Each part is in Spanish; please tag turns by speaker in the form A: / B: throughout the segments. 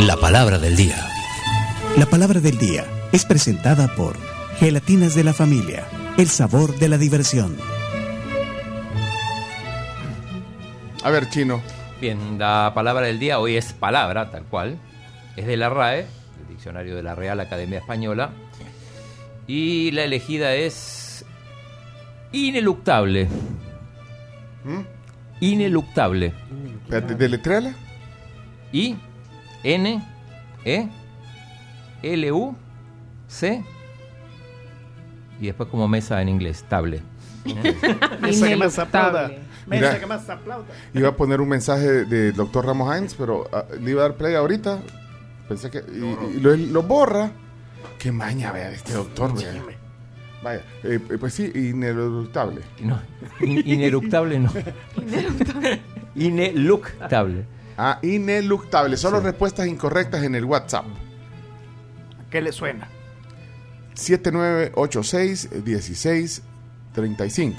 A: La palabra del día.
B: La palabra del día es presentada por Gelatinas de la Familia, el sabor de la diversión.
C: A ver, chino.
D: Bien, la palabra del día hoy es palabra, tal cual. Es de la RAE, el diccionario de la Real Academia Española. Y la elegida es ineluctable. Ineluctable.
C: Espérate, deletréala.
D: I N E L U C y después como mesa en inglés, table.
E: Mesa que más aplauda.
C: Mira.
E: Mesa que más aplauda.
C: Iba a poner un mensaje del doctor Ramos Hines, pero ah, le iba a dar play ahorita. Pensé que. Y, y lo, lo borra. Qué maña, vea, de este doctor, vea. Vaya, eh, eh, pues sí, ineluctable.
D: No, in- ineructable no. Ineluctable.
C: Ah, ineluctable. Solo respuestas incorrectas en el WhatsApp.
E: ¿Qué le suena?
C: 7986-1635.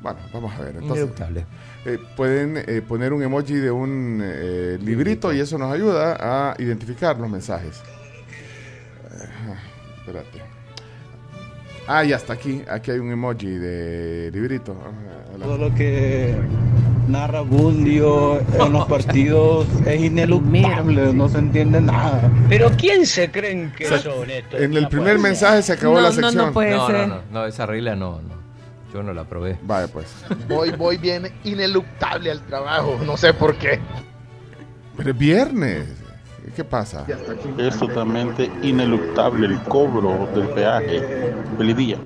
C: Bueno, vamos a ver. Entonces,
D: Ineluctable.
C: eh, pueden eh, poner un emoji de un eh, librito y eso nos ayuda a identificar los mensajes. Ajá, espérate. Ah, ya está aquí. Aquí hay un emoji de librito. Ah, hola.
F: Todo lo que narra Bundio en los partidos es ineluctable, no se entiende nada.
G: Pero ¿quién se creen que son estos?
C: En el
G: No
C: primer
G: puede ser.
C: mensaje se acabó
H: No,
C: la
H: no, no
C: sección.
H: puede.
D: No, no,
H: Ese.
D: no, no, esa regla no, no. Yo no la probé.
C: Vaya pues.
I: Voy, voy bien ineluctable al trabajo, no sé por qué.
C: Pero es viernes. ¿Qué pasa?
J: Es totalmente ineluctable el cobro del peaje. Feliz día.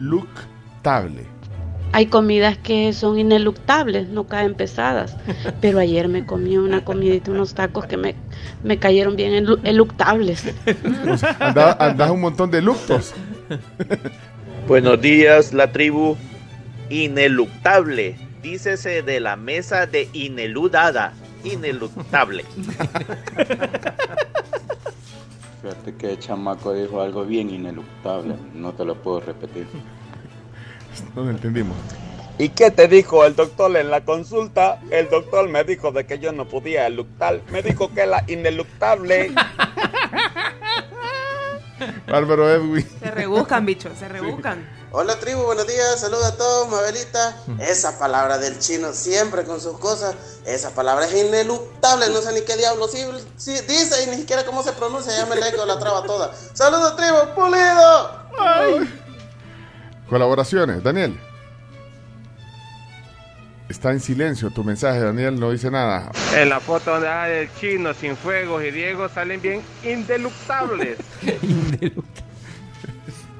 C: Ineluctable.
K: Hay comidas que son ineluctables, no caen pesadas. Pero ayer me comí una comidita, unos tacos que me, me cayeron bien elu- eluctables.
C: Andaba- Andás un montón de luctos.
L: Buenos días, la tribu ineluctable. Dícese de la mesa de ineludada. Ineluctable.
J: Fíjate que el chamaco dijo algo bien ineluctable. No te lo puedo repetir.
C: No lo entendimos.
F: ¿Y qué te dijo el doctor en la consulta? El doctor me dijo de que yo no podía eluctar. Me dijo que era ineluctable.
C: Bárbaro Edwin.
H: Se rebuscan, bicho, se rebuscan.
G: Hola tribu, buenos días, saludos a todos, Mabelita. Esa palabra del chino siempre con sus cosas, esa palabra es ineluctable, no sé ni qué diablo sí- sí dice y ni siquiera cómo se pronuncia, ya me la he hecho la traba toda. Saludos tribu, pulido.
C: Colaboraciones, Daniel. Está en silencio tu mensaje, Daniel, no dice nada.
G: En la foto donde hay el chino sin fuegos y Diego salen bien ineluctables.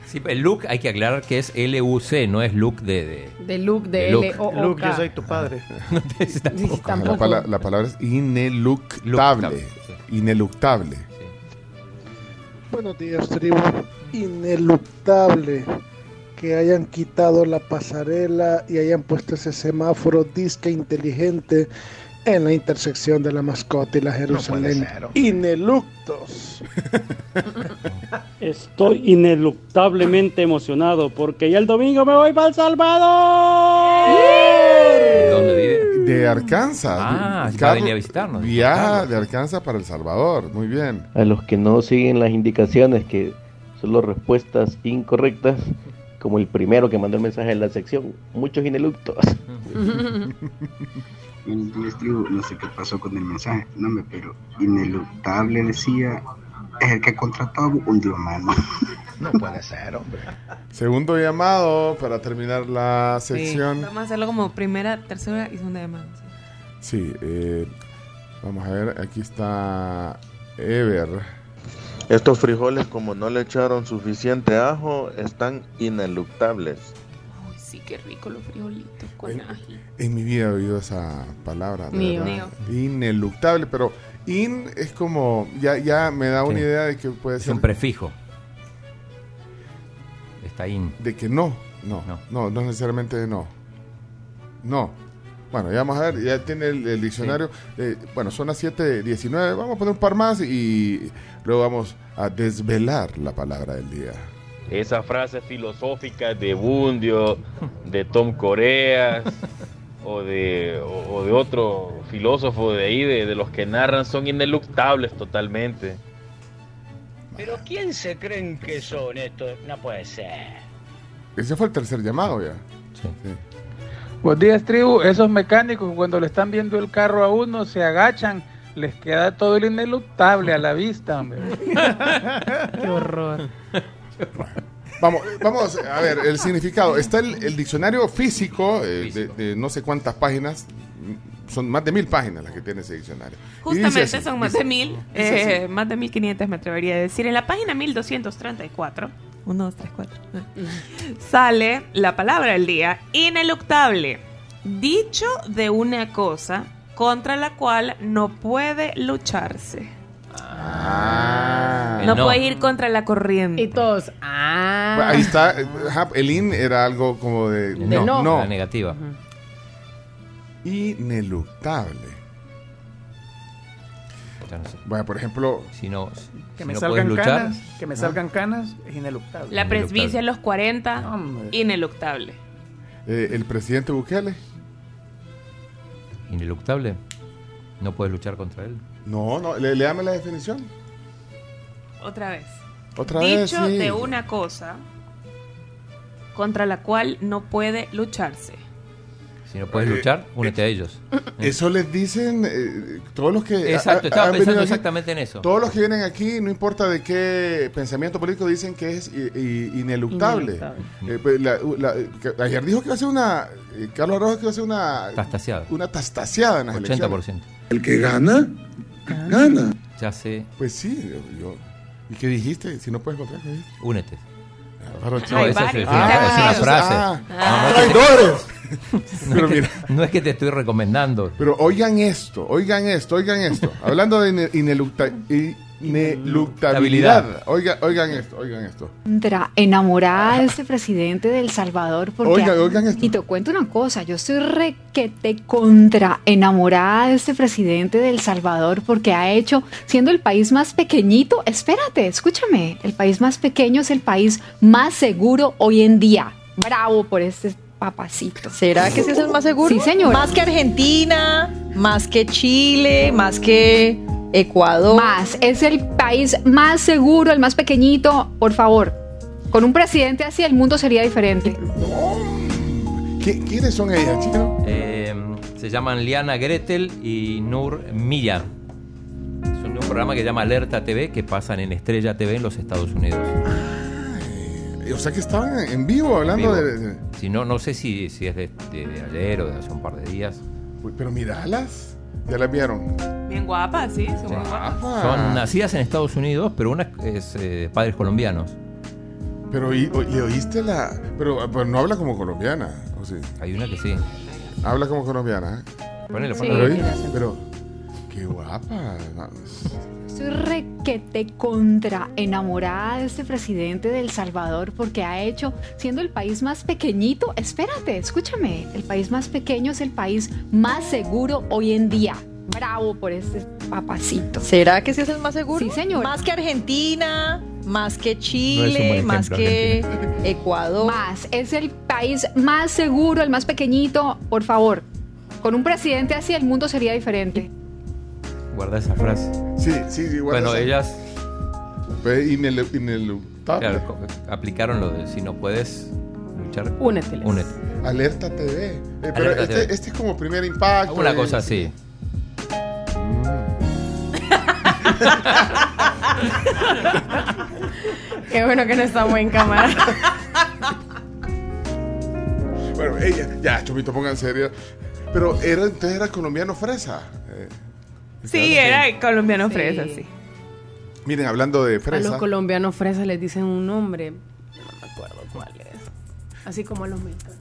D: Sí, el look hay que aclarar que es L-U-C, no es look de... de-
H: De Luke, de
D: De Luke.
H: L O O
E: Luke, yo soy
H: K.
E: tu padre.
D: no te- tampoco.
C: La,
H: Tampoco.
C: pala- la palabra es ineluctable.
D: Luctable, sí.
C: Ineluctable.
G: Buenos días, tribu. Ineluctable que hayan quitado la pasarela y hayan puesto ese semáforo disque inteligente en la intersección de la mascota y la Jerusalén. Ineluctos.
F: Estoy ineluctablemente emocionado porque ya el domingo me voy para El Salvador.
D: ¿Dónde vive?
C: De
H: Mm.
C: Arkansas.
D: Ah,
C: Vi-
D: va a
C: Carlos
D: venir a visitarnos,
C: Viaja
D: Carlos.
C: de Arkansas para El Salvador. Muy bien.
F: A los que no siguen las indicaciones, que son las respuestas incorrectas, como el primero que mandó el mensaje en la sección, muchos ineluctos.
J: Buenos días, tribu. No sé qué pasó con el mensaje. No me, pero ineluctable decía. Es el que contrató un dios humano.
I: No puede ser, hombre.
C: Segundo llamado para terminar la
H: Sí.
C: sección.
H: Vamos a hacerlo como primera, tercera y segunda llamada. sí.
C: Sí, eh, vamos a ver, aquí está Ever.
L: Estos frijoles, como no le echaron suficiente ajo, están ineluctables.
H: Uy, sí, qué rico los frijolitos
C: En-
H: con ají.
C: En mi vida he oído esa palabra. de
H: Ni yo.
C: verdad. Ineluctable, pero in es como, ya, ya me da una
D: Sí.
C: idea de que puede
D: Es
C: ser,
D: un prefijo. Está in.
C: de que no, no, no,
D: No.
C: no, necesariamente no, no. Bueno, ya vamos a ver, ya tiene el, el diccionario. Eh, bueno, son las 7.19, vamos a poner un par más y luego vamos a desvelar la palabra del día.
G: Esa frase filosófica de Bundio, de Tom Coreas
A: o de, o, o de otro filósofo de ahí, de, de los que narran, son ineluctables totalmente.
M: Pero ¿quién se creen que son estos? No puede ser.
C: Ese fue el tercer llamado ya. Sí.
N: Buenos días, tribu. Esos mecánicos, cuando le están viendo el carro a uno, se agachan, les queda todo el ineluctable a la vista, hombre. Qué horror.
C: Vamos, vamos a ver el significado. Está el, el diccionario físico, eh, De, de no sé cuántas páginas. Son más de mil páginas las que tiene ese diccionario. Y dice
H: Justamente
C: así,
H: son más
C: dice-
H: de mil,
C: dice así.
H: eh, más de 1500 me atrevería a decir. En la página 1234, 1, 2, 3, 4, ah, sale la palabra del día, ineluctable, dicho de una cosa contra la cual no puede lucharse.
C: Ah.
H: no, puede ir contra la corriente. Y todos, ah.
C: Bueno, Ahí está. eh, ajá, El in era algo como de.
D: no,
C: no, no.
D: la negativa.
C: Ineluctable. Bueno, por ejemplo.
D: Si no, Ah.
E: Que me salgan canas, que me salgan canas es ineluctable.
H: La presbicia a los 40, ineluctable.
C: Eh, el presidente Bukele.
D: Ineluctable. No puedes luchar contra él.
C: No, no, le, le dame la definición.
H: Otra vez.
C: Otra vez.
H: Dicho
C: sí.
H: de una cosa contra la cual no puede lucharse.
D: Si no puedes
C: Eh,
D: luchar, únete a ellos.
C: Eso les dicen eh, todos los que.
D: Exacto,
C: ha-
D: estaba
C: han
D: pensando
C: venido
D: exactamente en eso.
C: Todos los que vienen aquí, no importa de qué pensamiento político, dicen que es i- i- ineluctable.
D: Ineluctable.
C: Eh, pues, la- la- que- ayer dijo que iba a hacer una. eh, Carlos Rojas que iba a hacer una.
D: Tastaseado.
C: Una tastaseada en las
D: 80%.
C: El que gana, gana.
D: Ya sé.
C: Pues sí, yo- yo- ¿Y qué dijiste? Si no puedes encontrar, ¿qué dijiste?
D: Únete.
C: Álvaro Chávez.
D: No, esa es,
C: varios.
D: es una- es
C: Ah,
D: una frase.
C: ah.
D: No, no es que te-
C: Traidores.
D: No,
C: Pero
D: es que,
C: mira.
D: no es que te estoy recomendando.
C: Pero oigan esto, oigan esto, oigan esto. Hablando de ine- inelucta- i- ineluctabilidad. Oiga, oigan esto, oigan esto.
O: Contra, enamorada de este presidente del Salvador porque
C: Oigan, oigan
O: y te cuento una cosa yo estoy requete contra enamorada de este presidente del Salvador porque ha hecho siendo el país más pequeñito espérate escúchame el país más pequeño es el país más seguro hoy en día bravo por este papacito
P: ¿Será que sí es el más seguro?
O: sí señor
P: Más que Argentina, más que Chile, más que Ecuador.
O: más es el país más seguro el más pequeñito por favor con un presidente así el mundo sería diferente
C: ¿Qui- ¿Quiénes son ellas, chicos?
D: Eh, se llaman Liana Gretel y Nur Milla. Es un, un programa que se llama Alerta TV que pasan en Estrella TV en los Estados Unidos.
C: O sea que estaban en vivo hablando
D: Vivo.
C: de. de-
D: Si no, no sé si, si es de, de- de ayer o de hace un par de días.
C: Uy, pero miralas. Ya las vieron.
H: Bien guapa, sí, son muy guapas.
C: Ah.
D: Son nacidas en Estados Unidos, pero una es eh, de padres colombianos.
C: Pero ¿y- o- ¿le oíste la.? Pero, pero no habla como colombiana, ¿o sí?
D: Hay una que sí.
C: Habla como colombiana, ¿eh?
D: Ponele,
O: Sí,
D: ponele.
C: Pero,
O: tiene
C: ¿oí? pero, qué guapa. No,
O: Soy requete contra enamorada de este presidente del Salvador porque ha hecho, siendo el país más pequeñito, espérate, escúchame, el país más pequeño es el país más seguro hoy en día. Bravo por este papacito.
P: ¿Será que sí es el más seguro?
O: Sí, señor.
P: Más que Argentina, más que
O: No es un
P: Chile,
O: buen
P: más
O: ejemplo,
P: que Ecuador.
O: Más, es el país más seguro, el más pequeñito, por favor. Con un presidente así el mundo sería diferente.
D: Guarda esa frase.
C: Sí, sí, sí, guarda
D: Bueno,
C: esa-
D: ellas.
C: inelu- ineluctable.
D: Claro, co- aplicaron lo de si no puedes luchar.
C: Úneteles.
D: Únete.
C: Alerta TV. Eh, pero
D: Alerta
C: este,
D: TV.
C: este es como primer impacto.
D: Una
C: eh.
D: cosa así.
Q: Qué bueno que no estamos en cámara.
C: Bueno, ella, ya, Chupito, pónganse serio. Pero era, entonces era colombiano fresa. Eh,
H: Sí, era colombiano
Q: Sí.
H: fresa, sí.
C: miren, hablando de
Q: A los
C: fresa.
Q: colombianos fresas les dicen un nombre. No me acuerdo cuál es. Así como a los mexicanos.